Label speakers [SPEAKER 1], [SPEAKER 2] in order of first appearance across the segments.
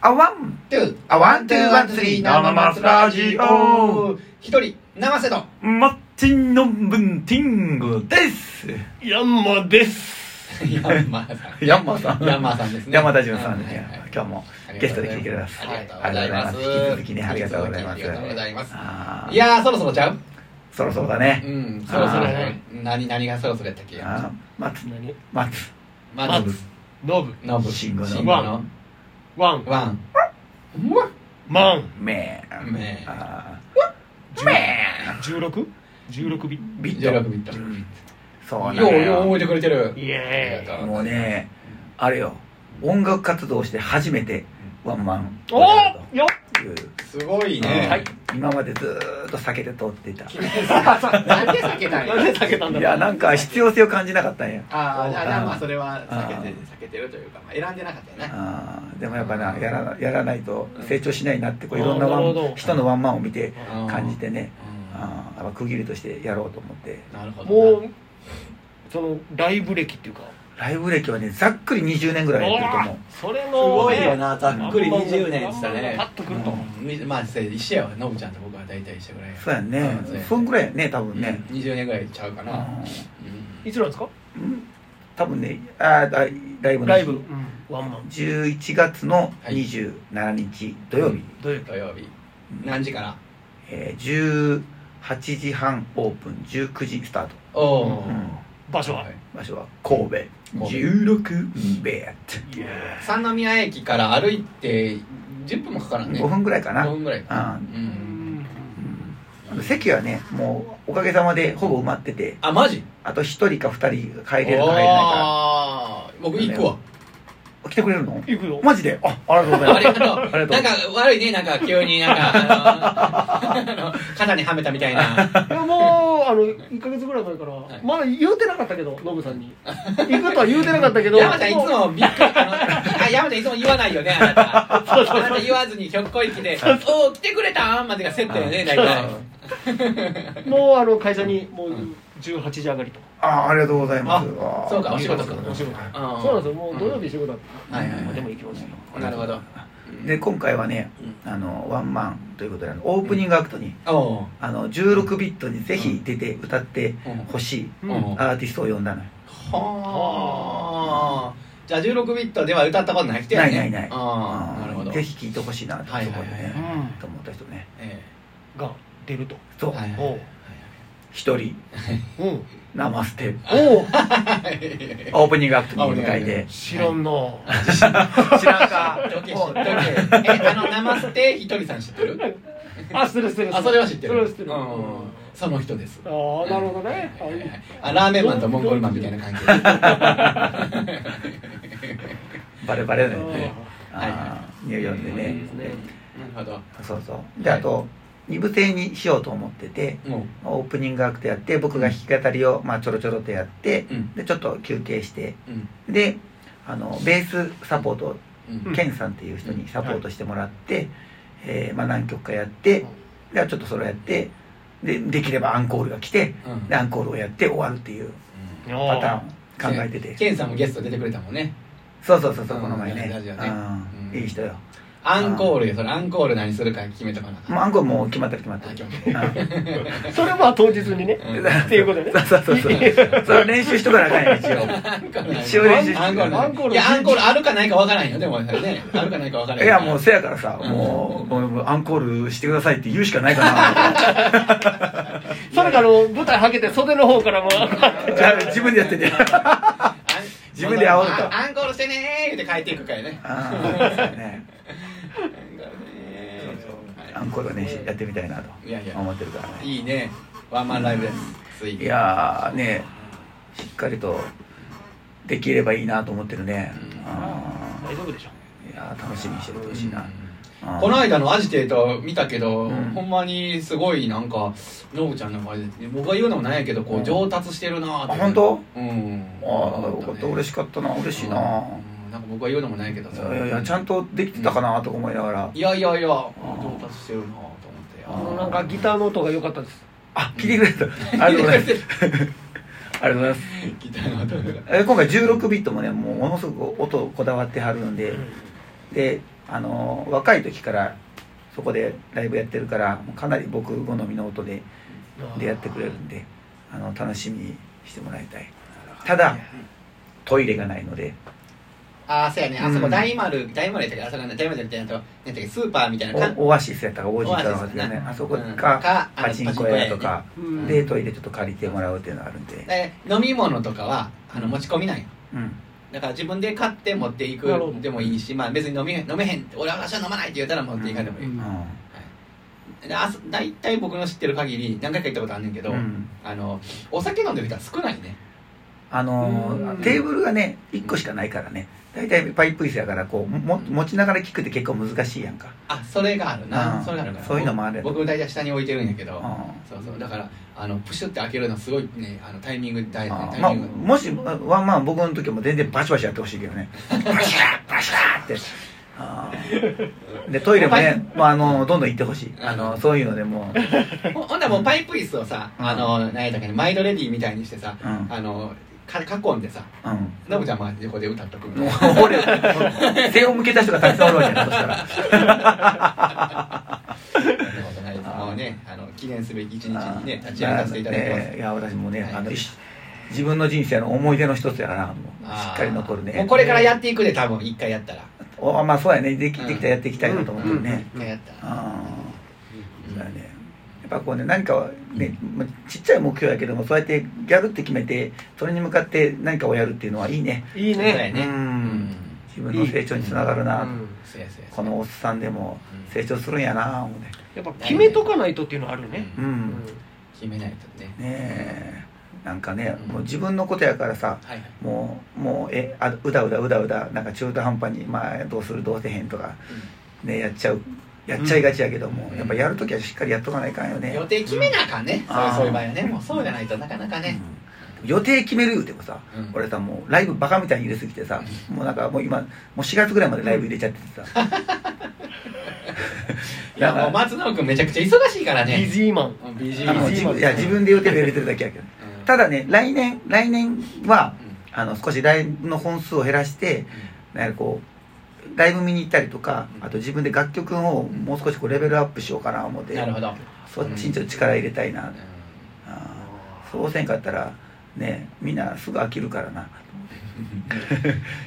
[SPEAKER 1] あワン、
[SPEAKER 2] トゥー、あ、ワン、トゥー、ワン、ツー、生松ラジオ。一人、生瀬と。
[SPEAKER 1] マッチンのブンティングです。
[SPEAKER 3] ヤンマです。
[SPEAKER 2] 山田さん。
[SPEAKER 1] ヤンマさん
[SPEAKER 2] 山田さんですね。
[SPEAKER 1] 山田純さんで、
[SPEAKER 2] はいはいはい
[SPEAKER 1] 今日もゲストで来てください。
[SPEAKER 2] ありがとうございま
[SPEAKER 1] あ
[SPEAKER 2] す。
[SPEAKER 1] りがとうございます引き続きねありがとうございます
[SPEAKER 2] ありがとうございます。
[SPEAKER 1] あー
[SPEAKER 2] いやー、そろそろちゃう
[SPEAKER 1] そろそろだ
[SPEAKER 2] う
[SPEAKER 1] ね。
[SPEAKER 2] ん、そろそろ
[SPEAKER 1] あ
[SPEAKER 2] 何、何がそろそろやったっけ
[SPEAKER 1] あー松、
[SPEAKER 3] 何
[SPEAKER 1] 松、
[SPEAKER 2] まず、
[SPEAKER 3] ノブ。
[SPEAKER 2] ノブ、
[SPEAKER 1] 慎吾の
[SPEAKER 2] 慎吾
[SPEAKER 3] ワ
[SPEAKER 2] の、
[SPEAKER 3] ワン。
[SPEAKER 2] ワン。うわ
[SPEAKER 3] マン。
[SPEAKER 1] メーン。
[SPEAKER 2] メーン
[SPEAKER 1] あ
[SPEAKER 3] メン。十六。十六ビ。
[SPEAKER 1] ービット。
[SPEAKER 2] 16ビット。
[SPEAKER 1] うんそうなの
[SPEAKER 2] ようよう
[SPEAKER 1] よ。
[SPEAKER 2] 覚えてくれてる。
[SPEAKER 3] イエーイ。
[SPEAKER 1] もうね、あれよ、音楽活動して初めてワンマン
[SPEAKER 3] お
[SPEAKER 1] をやる
[SPEAKER 3] お。よっ。
[SPEAKER 1] という。
[SPEAKER 2] すごい
[SPEAKER 1] うん
[SPEAKER 2] ね。
[SPEAKER 3] はい。
[SPEAKER 1] 今までずーっと避けて通っていた。
[SPEAKER 2] なんで避けたんや
[SPEAKER 3] なんで避けたんだろう。
[SPEAKER 1] いや、なんか必要性を感じなかったんや。
[SPEAKER 2] あーじゃあ、じゃあ
[SPEAKER 1] うん
[SPEAKER 2] まあそれは避け
[SPEAKER 1] う
[SPEAKER 2] て避けてるというか、まあ、選んでなかったよね
[SPEAKER 1] あーでもやっぱなやらやらないと成長しないなってこういろんな
[SPEAKER 3] あー
[SPEAKER 1] ワ
[SPEAKER 3] なるほ
[SPEAKER 1] ン
[SPEAKER 3] ど
[SPEAKER 1] 人のワンマンを見て
[SPEAKER 2] うん
[SPEAKER 1] 感じてね
[SPEAKER 2] うん
[SPEAKER 1] あーやっぱ区切りとしてやろうと思って
[SPEAKER 2] なるほ
[SPEAKER 3] も
[SPEAKER 2] ど
[SPEAKER 3] う。そのライブ歴っていうか。
[SPEAKER 1] ライブ歴はねざっくり20年ぐ
[SPEAKER 3] お
[SPEAKER 1] らいやってると思う
[SPEAKER 3] ーそれの。
[SPEAKER 2] すごいよな
[SPEAKER 3] ね
[SPEAKER 2] ざっくり20年っつったね
[SPEAKER 3] パッとくると。
[SPEAKER 2] なまあせ一緒やわノブちゃんと僕は大体一緒ぐらいや
[SPEAKER 1] そうやんね
[SPEAKER 2] うんそうやね
[SPEAKER 1] そんぐらいやね多分ね
[SPEAKER 2] うん20年ぐらいちゃうか
[SPEAKER 1] う
[SPEAKER 2] な、
[SPEAKER 1] ん
[SPEAKER 2] うん
[SPEAKER 3] いつなんですか。
[SPEAKER 1] 多分ねあーだライブの日
[SPEAKER 3] ライブ。うんワンマン。
[SPEAKER 1] 11月の27日土曜日
[SPEAKER 3] どういう。
[SPEAKER 2] 土曜日何時から
[SPEAKER 1] えー18時半オープン19時スタート
[SPEAKER 2] おお、
[SPEAKER 1] うん
[SPEAKER 3] 場所は。
[SPEAKER 1] 場所は神戸
[SPEAKER 2] 神戸
[SPEAKER 1] 16ベッド
[SPEAKER 3] イエーイ。
[SPEAKER 2] 三宮駅から歩いて10分もかからんね
[SPEAKER 1] 5分ぐらいかな
[SPEAKER 2] 5分ぐらい
[SPEAKER 1] あ
[SPEAKER 2] う
[SPEAKER 3] うんん
[SPEAKER 1] あの席はねもうおかげさまでほぼ埋まってて
[SPEAKER 2] あマジ
[SPEAKER 1] あと1人か2人入れるか入れないか
[SPEAKER 2] ああ僕行くわ
[SPEAKER 1] 来てくれるの
[SPEAKER 3] 行くよ。
[SPEAKER 1] マジであありがとうござ
[SPEAKER 2] あ
[SPEAKER 1] い
[SPEAKER 2] り
[SPEAKER 1] ます
[SPEAKER 2] がとう。
[SPEAKER 1] ありがとう
[SPEAKER 2] なんか悪いね、なんか急になんか、あの、 あの肩にはめたみたいな。
[SPEAKER 3] いやもうあの1か月ぐらい前から、
[SPEAKER 2] い
[SPEAKER 3] まだ言うてなかったけどノブさん に行くとは言うてなかったけど
[SPEAKER 2] 山ちゃんいつもびっくり、あの、あ山ちゃんいつも言わないよね、あなた。あなた言わずにひょっこい来て、おー来てくれたんまでがセットよね、大体。
[SPEAKER 3] もうあの会社にもう18時上がりと
[SPEAKER 1] あありがとうございますあー
[SPEAKER 2] そうか
[SPEAKER 3] お仕事か
[SPEAKER 1] ありがとうござ
[SPEAKER 3] お仕
[SPEAKER 1] い
[SPEAKER 3] 事
[SPEAKER 1] ま
[SPEAKER 3] か
[SPEAKER 2] うん
[SPEAKER 3] そうなんですよもう土曜日仕事だった、
[SPEAKER 2] はいはいはい
[SPEAKER 3] でも行きますよ
[SPEAKER 2] なるほど。
[SPEAKER 1] すで今回はねあのワンマンということであのオープニングアクトに
[SPEAKER 2] おー
[SPEAKER 1] あの16ビットにぜひ出て歌ってほしい
[SPEAKER 3] うん
[SPEAKER 2] うん
[SPEAKER 1] アーティストを呼んだのよ
[SPEAKER 2] はあ。じゃあ16ビットでは歌ったことない人や
[SPEAKER 1] な
[SPEAKER 2] ね。
[SPEAKER 1] いないない
[SPEAKER 2] ああ、なるほ
[SPEAKER 1] う
[SPEAKER 2] ど。
[SPEAKER 1] んぜひ聴いてほしいなと
[SPEAKER 2] はい
[SPEAKER 1] そ
[SPEAKER 2] はい
[SPEAKER 1] こ
[SPEAKER 2] はい
[SPEAKER 1] でねと思った人ね
[SPEAKER 2] え
[SPEAKER 3] が出ると
[SPEAKER 1] そう
[SPEAKER 2] え。はいはい
[SPEAKER 3] おう
[SPEAKER 1] 一人
[SPEAKER 3] おう
[SPEAKER 1] 生ステ
[SPEAKER 3] おう
[SPEAKER 2] はい。
[SPEAKER 1] オープニングアクトに向かいて
[SPEAKER 3] 知らんな
[SPEAKER 1] 知らん か
[SPEAKER 2] どけ知っとけえあの生捨てひとりさん知ってる
[SPEAKER 3] あするするする
[SPEAKER 2] あそれは知ってる
[SPEAKER 3] それは知ってる、
[SPEAKER 2] うん
[SPEAKER 3] あ
[SPEAKER 2] その人です
[SPEAKER 3] あーなるほどね、
[SPEAKER 2] はいはいはい
[SPEAKER 3] あ
[SPEAKER 2] あラーメンマンとモンゴルマンみたいな関係
[SPEAKER 1] バレバレだよ
[SPEAKER 3] うん
[SPEAKER 1] ねああニューヨークで
[SPEAKER 2] う
[SPEAKER 1] ね
[SPEAKER 2] ん
[SPEAKER 3] ですね
[SPEAKER 2] なるほど
[SPEAKER 1] そうそうであと二部制にしようと思ってて
[SPEAKER 2] も
[SPEAKER 1] オープニングアクトやって僕が弾き語りをまあちょろちょろとやって
[SPEAKER 2] ううん
[SPEAKER 1] でちょっと休憩して
[SPEAKER 2] うん
[SPEAKER 1] であのベースサポート
[SPEAKER 2] うん
[SPEAKER 1] ケンさんっていう人にサポートしてもらってえーまあ何曲かやってでちょっとそれをやってでできればアンコールが来て
[SPEAKER 2] うん
[SPEAKER 1] でアンコールをやって終わるっていう
[SPEAKER 3] ー
[SPEAKER 1] パターン考えてて
[SPEAKER 2] ケンさんもゲスト出てくれたもんね
[SPEAKER 1] そうそうそうそう
[SPEAKER 2] うん
[SPEAKER 1] この前ね
[SPEAKER 2] ラジオね
[SPEAKER 1] うん
[SPEAKER 2] うん
[SPEAKER 1] いい人よ
[SPEAKER 2] アンコールよそれアンコール何するか決めとかな
[SPEAKER 1] もうアンコールもう決まってる決まって
[SPEAKER 2] あ
[SPEAKER 1] る
[SPEAKER 2] 決まって
[SPEAKER 1] うん
[SPEAKER 3] それは当日にね、
[SPEAKER 2] うん
[SPEAKER 3] っていうことね
[SPEAKER 1] そうそうそう そう。それ練習しとかなあかんやん、一応。
[SPEAKER 2] アンコール
[SPEAKER 1] 一応練習して
[SPEAKER 2] アンコール
[SPEAKER 3] アンコール
[SPEAKER 2] いやアンコールあるかないかわからんよでもねあるかないかわからん
[SPEAKER 1] いや、もう
[SPEAKER 2] そ
[SPEAKER 1] せやからさ、もう、ごめんもうアンコールしてくださいって言うしかないかな。
[SPEAKER 3] それがあの舞台はけて袖の方からもあ
[SPEAKER 1] じゃあ、自分でやって ね。自分で煽ると
[SPEAKER 2] アンコールしてねーって帰っていくからね
[SPEAKER 1] あーそうね
[SPEAKER 2] アンコールねー
[SPEAKER 1] アンコールはね、やってみたいなと
[SPEAKER 2] いやいや
[SPEAKER 1] 思ってるからね。
[SPEAKER 2] いいねワンマンライブですつい
[SPEAKER 1] いやー、ね、しっかりとできればいいなと思ってるね。
[SPEAKER 2] うん
[SPEAKER 1] あ
[SPEAKER 3] 大丈夫でしょ
[SPEAKER 1] ーいやー、楽しみにしててほしいな。あー
[SPEAKER 2] この間のアジテート見たけど、
[SPEAKER 1] うん
[SPEAKER 2] ほんまにすごいなんかノブちゃんなんかあれですね僕が言うのもなんやけどこ
[SPEAKER 1] うん
[SPEAKER 2] う上達してるなーって
[SPEAKER 1] あ本当
[SPEAKER 2] うん
[SPEAKER 1] あー、よかった、嬉
[SPEAKER 2] し
[SPEAKER 1] しかったな、嬉しいな。
[SPEAKER 2] なんか僕が言うのもないけど
[SPEAKER 1] いやいや、ちゃんとできてたかなとか思いながら。
[SPEAKER 2] いやいやいや上達してるなーと思って
[SPEAKER 3] うあの
[SPEAKER 1] あ
[SPEAKER 3] なんかギターの音が良かったです
[SPEAKER 1] あ、聞いてくれた。ありがとうござい ます。ありがとうございます。
[SPEAKER 2] ギターの音が
[SPEAKER 1] えー今回16ビットもねもうものすごく音をこだわってはるんでであの若い時からそこでライブやってるからもうかなり僕好みの音で出会ってくれるんであの楽しみにしてもらいたいただトイレがないので
[SPEAKER 2] ああそうやねあそうこ
[SPEAKER 1] ん
[SPEAKER 2] 大丸大丸やったっけあそこね大丸やったっけなんとなんだっけスーパーみたいなか
[SPEAKER 1] おオアシスやったかオージーかなん
[SPEAKER 2] オアシス
[SPEAKER 1] ね
[SPEAKER 2] ね
[SPEAKER 1] あそこ
[SPEAKER 2] うん
[SPEAKER 1] か
[SPEAKER 2] あの
[SPEAKER 1] パチンコ屋とか
[SPEAKER 3] うん
[SPEAKER 1] でトイレちょっと借りてもらうっていうのがあるん
[SPEAKER 2] パチン
[SPEAKER 1] で
[SPEAKER 2] コ屋やねで飲み物とかはあの持ち込みなんよ
[SPEAKER 1] うん
[SPEAKER 2] だから自分で買って持っていく
[SPEAKER 3] なるほど
[SPEAKER 2] でもいいし、まあ、別に飲み飲めへんって俺は私は飲まないって言ったら持っていかんでもいい、
[SPEAKER 3] うん
[SPEAKER 2] であ大体僕の知ってる限り何回か行ったことあんねんけ
[SPEAKER 1] う
[SPEAKER 2] ど、
[SPEAKER 1] んうん
[SPEAKER 2] あのお酒飲んでる人は少ないね
[SPEAKER 1] あの
[SPEAKER 3] うん
[SPEAKER 1] ーテーブルがね1個しかないからね大体パイプ椅子やからこうも持ちながら聞くって結構難しいやんか
[SPEAKER 2] あそれがあるな、
[SPEAKER 1] うん
[SPEAKER 2] それがあるから
[SPEAKER 1] そういうのもある
[SPEAKER 2] 僕僕大体下に置いてるんやけど、
[SPEAKER 1] うん
[SPEAKER 2] そうそうだからあのプシュって開けるのすごいねあのタイミング大事ね
[SPEAKER 1] あーま
[SPEAKER 2] タ
[SPEAKER 1] あ
[SPEAKER 2] イミング、
[SPEAKER 1] もしまあまあ僕の時も全然バシバシやってほしいけどねバシャーバシャーってあーでトイレもね、まあ、あのどんどん行ってほしいあのそういうのでもう、
[SPEAKER 2] ほほんならもうパイプ椅子をさ、あの何やったっけねマイドレディみたいにしてさ、
[SPEAKER 1] うん
[SPEAKER 2] あのか囲んでさ
[SPEAKER 1] うん、
[SPEAKER 2] ノブちゃんも横で歌っとくみたい
[SPEAKER 1] もう
[SPEAKER 2] な
[SPEAKER 1] 俺、背を向けた人がたくさんおるわけやな、そしたら。
[SPEAKER 2] そんなことないです
[SPEAKER 1] あー
[SPEAKER 2] もうねあの記念すべき一日
[SPEAKER 1] あ
[SPEAKER 2] に
[SPEAKER 1] ー
[SPEAKER 2] ね立ち上げさせていただきます
[SPEAKER 1] ねいや、私もね、
[SPEAKER 2] はい
[SPEAKER 1] あの、一自分の人生の思い出の一つやから、もう
[SPEAKER 2] あー
[SPEAKER 1] しっかり残るね。
[SPEAKER 2] もうこれからやっていくで多分一回やったら
[SPEAKER 1] おあまあ、そうやね。でき
[SPEAKER 2] うん
[SPEAKER 1] できたらやっていきたいなと思ってるね。
[SPEAKER 2] 一回やったら
[SPEAKER 1] ああ、
[SPEAKER 2] うん
[SPEAKER 1] そうやね。やっぱこうね、何かはね、まあちっちゃい目標やけども、そうやってやるって決めて、それに向かって何かをやるっていうのはいいね。
[SPEAKER 3] いい
[SPEAKER 2] そうや
[SPEAKER 3] ね。
[SPEAKER 2] ね
[SPEAKER 1] うん
[SPEAKER 2] うん
[SPEAKER 1] 自分の成長につながるな。
[SPEAKER 3] うん
[SPEAKER 2] そうやそうや
[SPEAKER 1] このおっさんでも
[SPEAKER 2] うん
[SPEAKER 1] 成長するんやな、思うね。
[SPEAKER 3] やっぱ決めとかないとっていうのはあるよね。
[SPEAKER 1] う
[SPEAKER 3] うんん。
[SPEAKER 2] 決めないとね
[SPEAKER 1] ねえなんかね、
[SPEAKER 2] うん
[SPEAKER 1] もう自分のことやからさ
[SPEAKER 2] はいはい
[SPEAKER 1] もうもうえあうだうだうだうだなんか中途半端にまあどうするどうせへんとかねやっちゃうやっちゃいがちやけども、
[SPEAKER 2] うん
[SPEAKER 1] やっぱやるときはしっかりやっとかないかんよね
[SPEAKER 2] 予定決めなあかんね
[SPEAKER 1] うん
[SPEAKER 2] そう
[SPEAKER 1] あー
[SPEAKER 2] そういう場合はねもうそうじゃないとなかなかね
[SPEAKER 1] うん予定決める言うてもさ、
[SPEAKER 2] うん
[SPEAKER 1] 俺さもうライブバカみたいに入れすぎてさ、もうなんかもう今もう4月ぐらいまでライブ入れちゃっててさ、
[SPEAKER 2] いやもう松野君めちゃくちゃ忙しいから
[SPEAKER 3] ビ
[SPEAKER 2] ね
[SPEAKER 3] ジーマン。
[SPEAKER 2] うん BG
[SPEAKER 1] あの
[SPEAKER 3] ビ
[SPEAKER 1] 自
[SPEAKER 3] ジーマン
[SPEAKER 1] 分いや自分で予定を入れてるだけやけど
[SPEAKER 2] うん
[SPEAKER 1] ただね来年来年は
[SPEAKER 2] うん
[SPEAKER 1] あの少しライブの本数を減らして、なんかこうライブ見に行ったりとか
[SPEAKER 2] うん
[SPEAKER 1] あと自分で楽曲をもう少しこうレベルアップしようかな思っ
[SPEAKER 2] う
[SPEAKER 1] て
[SPEAKER 2] んなるほど
[SPEAKER 1] そっちにちょっと力入れたいな、
[SPEAKER 2] うん
[SPEAKER 1] あーそうせんかったらねみんなすぐ飽きるからな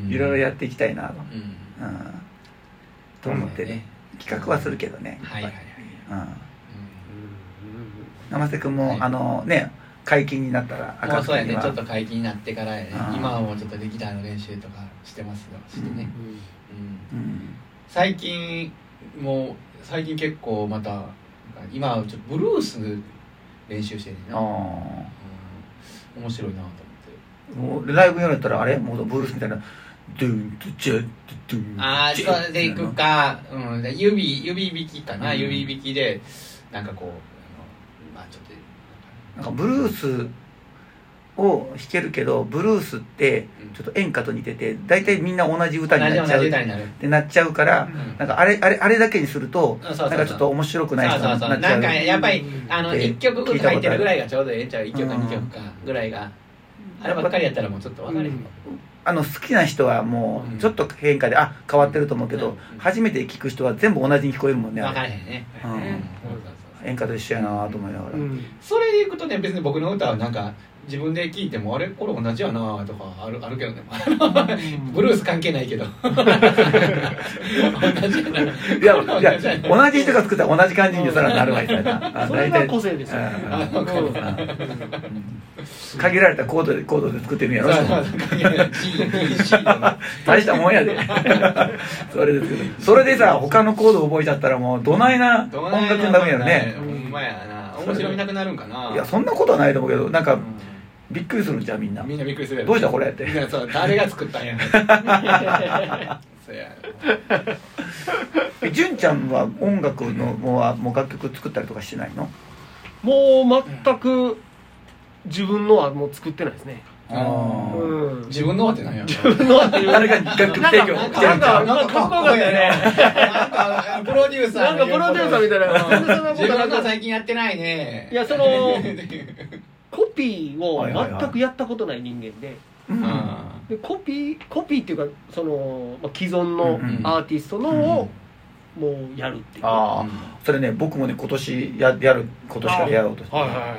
[SPEAKER 2] う ん
[SPEAKER 1] いろいろやっていきたいなと,、
[SPEAKER 2] うん
[SPEAKER 1] うん、と思ってね企画はするけどね、
[SPEAKER 2] はいはいはい
[SPEAKER 1] うん、
[SPEAKER 2] うん
[SPEAKER 1] 生瀬君も、
[SPEAKER 2] はい
[SPEAKER 1] あのね解禁になったら
[SPEAKER 2] もうそうやね
[SPEAKER 1] に
[SPEAKER 2] ちょ
[SPEAKER 1] は
[SPEAKER 2] っと解禁になってからやね
[SPEAKER 1] うん
[SPEAKER 2] 今はもうちょっとできたの練習とかしてますよしてねうん
[SPEAKER 1] うん
[SPEAKER 2] 最近もう最近結構また今はちょっとブルース練習してるねん
[SPEAKER 1] あ
[SPEAKER 2] な、
[SPEAKER 1] ー
[SPEAKER 2] うん面白いなと思
[SPEAKER 1] も
[SPEAKER 2] っ
[SPEAKER 1] うライブやるやったらあれもうブルースみたいなドゥンドゥチェドゥン
[SPEAKER 2] てああ
[SPEAKER 1] チ
[SPEAKER 2] そ
[SPEAKER 1] ェ
[SPEAKER 2] れでいくか、うん、で指指引きかな、
[SPEAKER 1] うん
[SPEAKER 2] 指引きでなんかこうあのまあちょっと
[SPEAKER 1] なんかブルースを弾けるけどブルースって
[SPEAKER 2] うん
[SPEAKER 1] ちょっと演歌と似てて大体みんな同じ歌になっちゃう
[SPEAKER 2] 同じ
[SPEAKER 1] っ
[SPEAKER 2] 歌になる、
[SPEAKER 1] てなっちゃうから
[SPEAKER 2] うん
[SPEAKER 1] なんかあれあれあれだけにすると
[SPEAKER 2] うんそ
[SPEAKER 1] な
[SPEAKER 2] うんそうそう
[SPEAKER 1] かちょっと面白くない
[SPEAKER 2] そう
[SPEAKER 1] 人
[SPEAKER 2] そう
[SPEAKER 1] に
[SPEAKER 2] そ
[SPEAKER 1] な
[SPEAKER 2] う
[SPEAKER 1] っちゃ
[SPEAKER 2] なん
[SPEAKER 1] う
[SPEAKER 2] かやっぱり
[SPEAKER 3] うん
[SPEAKER 2] あの
[SPEAKER 1] で
[SPEAKER 2] 1
[SPEAKER 1] 聞
[SPEAKER 2] 曲
[SPEAKER 1] いたことあ
[SPEAKER 2] 入
[SPEAKER 1] る
[SPEAKER 2] ってるぐらいがちょうどええんちゃう1曲か
[SPEAKER 1] うん
[SPEAKER 2] 2曲かぐらいがあればっかりやったらもうちょっと分かれへん、
[SPEAKER 1] あの好きな人はも
[SPEAKER 2] うん
[SPEAKER 1] うちょっと変化であ変わってると思うけ
[SPEAKER 2] う
[SPEAKER 1] ど
[SPEAKER 2] ん
[SPEAKER 1] 初めて聞く人は全部同じに聞こえるもんね
[SPEAKER 2] 分か
[SPEAKER 1] あ
[SPEAKER 2] れへんね、
[SPEAKER 1] うん
[SPEAKER 2] うんそうそう
[SPEAKER 1] れ演歌と一緒やなと思いながら
[SPEAKER 3] うん
[SPEAKER 2] そうそれでいくとね別に僕の歌はなんか自分で聴いてもあれこれ同じやなとかあるあるけどね ブルース関係ないけど同じやない
[SPEAKER 1] やいや同じ人が作ったら同じ感じにさらなるわけだなあ
[SPEAKER 3] それが個性ですよ。
[SPEAKER 1] うん
[SPEAKER 2] わかる
[SPEAKER 3] うん
[SPEAKER 1] 限られたコードでコードで作ってるんやろ
[SPEAKER 2] そうそう関係ない G C とか
[SPEAKER 1] 大したもんやで それですけどそれでさ他のコード覚えちゃったらもうどないな音楽になるんやろね
[SPEAKER 2] ほんまやな面白みなくなるんかない
[SPEAKER 1] やそんなことはないと思うけどなんか
[SPEAKER 2] うん
[SPEAKER 1] びっくりするんじゃんみんな
[SPEAKER 2] みんなびっくりするやろ
[SPEAKER 1] どうしたこれって
[SPEAKER 2] みんなそう誰が作ったんやそうや
[SPEAKER 1] え純ちゃんは音楽のもうはもう楽曲作ったりとかしてないの
[SPEAKER 3] もう全く自分のはもう作ってないですね。
[SPEAKER 1] あー
[SPEAKER 3] うん
[SPEAKER 2] 自分のってなんや
[SPEAKER 3] 分のはっていう
[SPEAKER 1] 誰かに楽曲提供
[SPEAKER 3] なん
[SPEAKER 1] し
[SPEAKER 3] か
[SPEAKER 1] てる
[SPEAKER 3] なんん
[SPEAKER 1] ちゃ
[SPEAKER 3] か
[SPEAKER 1] う
[SPEAKER 3] なんかかっこよかったよね。
[SPEAKER 2] なんかプロデューサー
[SPEAKER 3] なんかプロデューサーみたいな
[SPEAKER 2] うん自分の最近やってないね
[SPEAKER 3] いやそのコピーを全くやったことない人間で、
[SPEAKER 1] うん
[SPEAKER 2] あ
[SPEAKER 3] でコピーコピーっていうかその、まあ、既存の
[SPEAKER 1] うん
[SPEAKER 2] うん
[SPEAKER 3] アーティストのをもうやるっていう、
[SPEAKER 1] あ
[SPEAKER 2] あ
[SPEAKER 1] あそれね僕もね今年ややる今年からやろうとして
[SPEAKER 3] はいは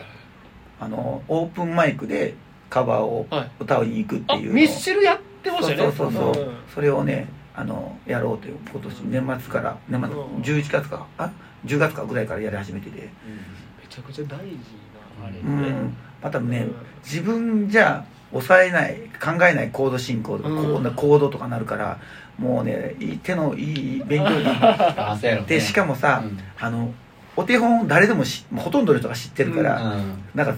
[SPEAKER 1] あのオープンマイクでカバーを
[SPEAKER 3] いはい
[SPEAKER 1] 歌いに行くって
[SPEAKER 3] あ
[SPEAKER 1] いうのを
[SPEAKER 3] ミッシェルやってましたよね
[SPEAKER 1] そうそうそうそう、
[SPEAKER 3] ん
[SPEAKER 1] それをねあのやろうという今年年末から年末
[SPEAKER 3] うん
[SPEAKER 1] 11月かあ10月かぐらいからやり始めてて
[SPEAKER 3] めちゃくちゃ大事なあれで
[SPEAKER 1] う
[SPEAKER 3] ね、
[SPEAKER 1] んまたね
[SPEAKER 3] うん
[SPEAKER 1] 自分じゃ抑えない考えないコード進行とか、
[SPEAKER 3] うん
[SPEAKER 1] こんな行動とかなるからもうねいい手のいい勉強に
[SPEAKER 2] あそうやろ
[SPEAKER 1] でしか
[SPEAKER 2] も
[SPEAKER 1] もさ、あのお手本誰でもしほとんどの人が知ってるから、なんか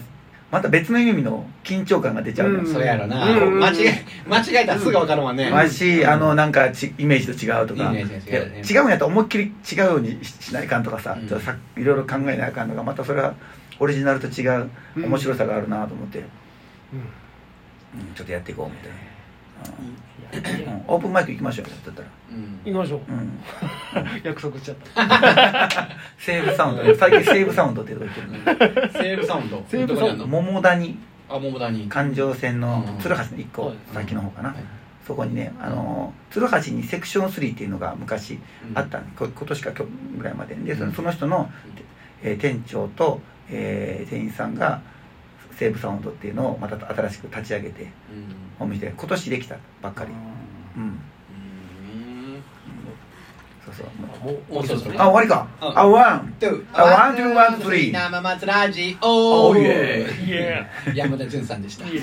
[SPEAKER 1] また別の意味の緊張感が出ちゃうの、
[SPEAKER 3] うん
[SPEAKER 2] それやろな
[SPEAKER 3] うん
[SPEAKER 2] 間違え間違えたらすぐ分かるもんね
[SPEAKER 1] わし、あのなんかちイメージと違うとか
[SPEAKER 2] イメージが違うね
[SPEAKER 1] で違うんやったら思いっきり違うようにししないかんとかさ,、
[SPEAKER 2] うん
[SPEAKER 1] ちょっとさいろいろ考えなあかんとかまたそれはオリジナルと違う
[SPEAKER 3] うん
[SPEAKER 1] 面白さがあるなと思って、
[SPEAKER 3] うん
[SPEAKER 1] うんちょっとやっていこうみたいな、うん
[SPEAKER 3] いや
[SPEAKER 1] オープンマイク行きましょうよだったら、
[SPEAKER 2] うん
[SPEAKER 3] 行きましょう
[SPEAKER 1] うん、
[SPEAKER 3] 約束しちゃった
[SPEAKER 1] セーブサウンド最近セーブサウンドってとこ行ってる
[SPEAKER 2] セーブサウンド
[SPEAKER 3] セーブサウン
[SPEAKER 1] の
[SPEAKER 2] どこに
[SPEAKER 1] 桃谷
[SPEAKER 2] あんのあ桃谷
[SPEAKER 1] 環状線の
[SPEAKER 2] うん
[SPEAKER 1] 鶴橋の1個
[SPEAKER 3] はい
[SPEAKER 1] 先の方かな、
[SPEAKER 2] はい
[SPEAKER 1] そこにね、あのー鶴橋にセクション3っていうのが昔あったんで、こ今年か今日ぐらいまででその
[SPEAKER 2] うん
[SPEAKER 1] その人の
[SPEAKER 2] うん、
[SPEAKER 1] えー店長と、えー店員さんが西武サウンドっていうのをまた新しく立ち上げて
[SPEAKER 2] うん
[SPEAKER 1] お店今年できたばっかりうん、
[SPEAKER 2] うん
[SPEAKER 1] そうそう
[SPEAKER 3] もう
[SPEAKER 2] もうそろそろ
[SPEAKER 1] あ終わりか
[SPEAKER 2] うん
[SPEAKER 1] あワン
[SPEAKER 2] Two,
[SPEAKER 1] A one, two, one, three.
[SPEAKER 2] 生松ラジオ
[SPEAKER 1] Oh, yeah.
[SPEAKER 3] いや
[SPEAKER 2] 山田純さんでした
[SPEAKER 3] いや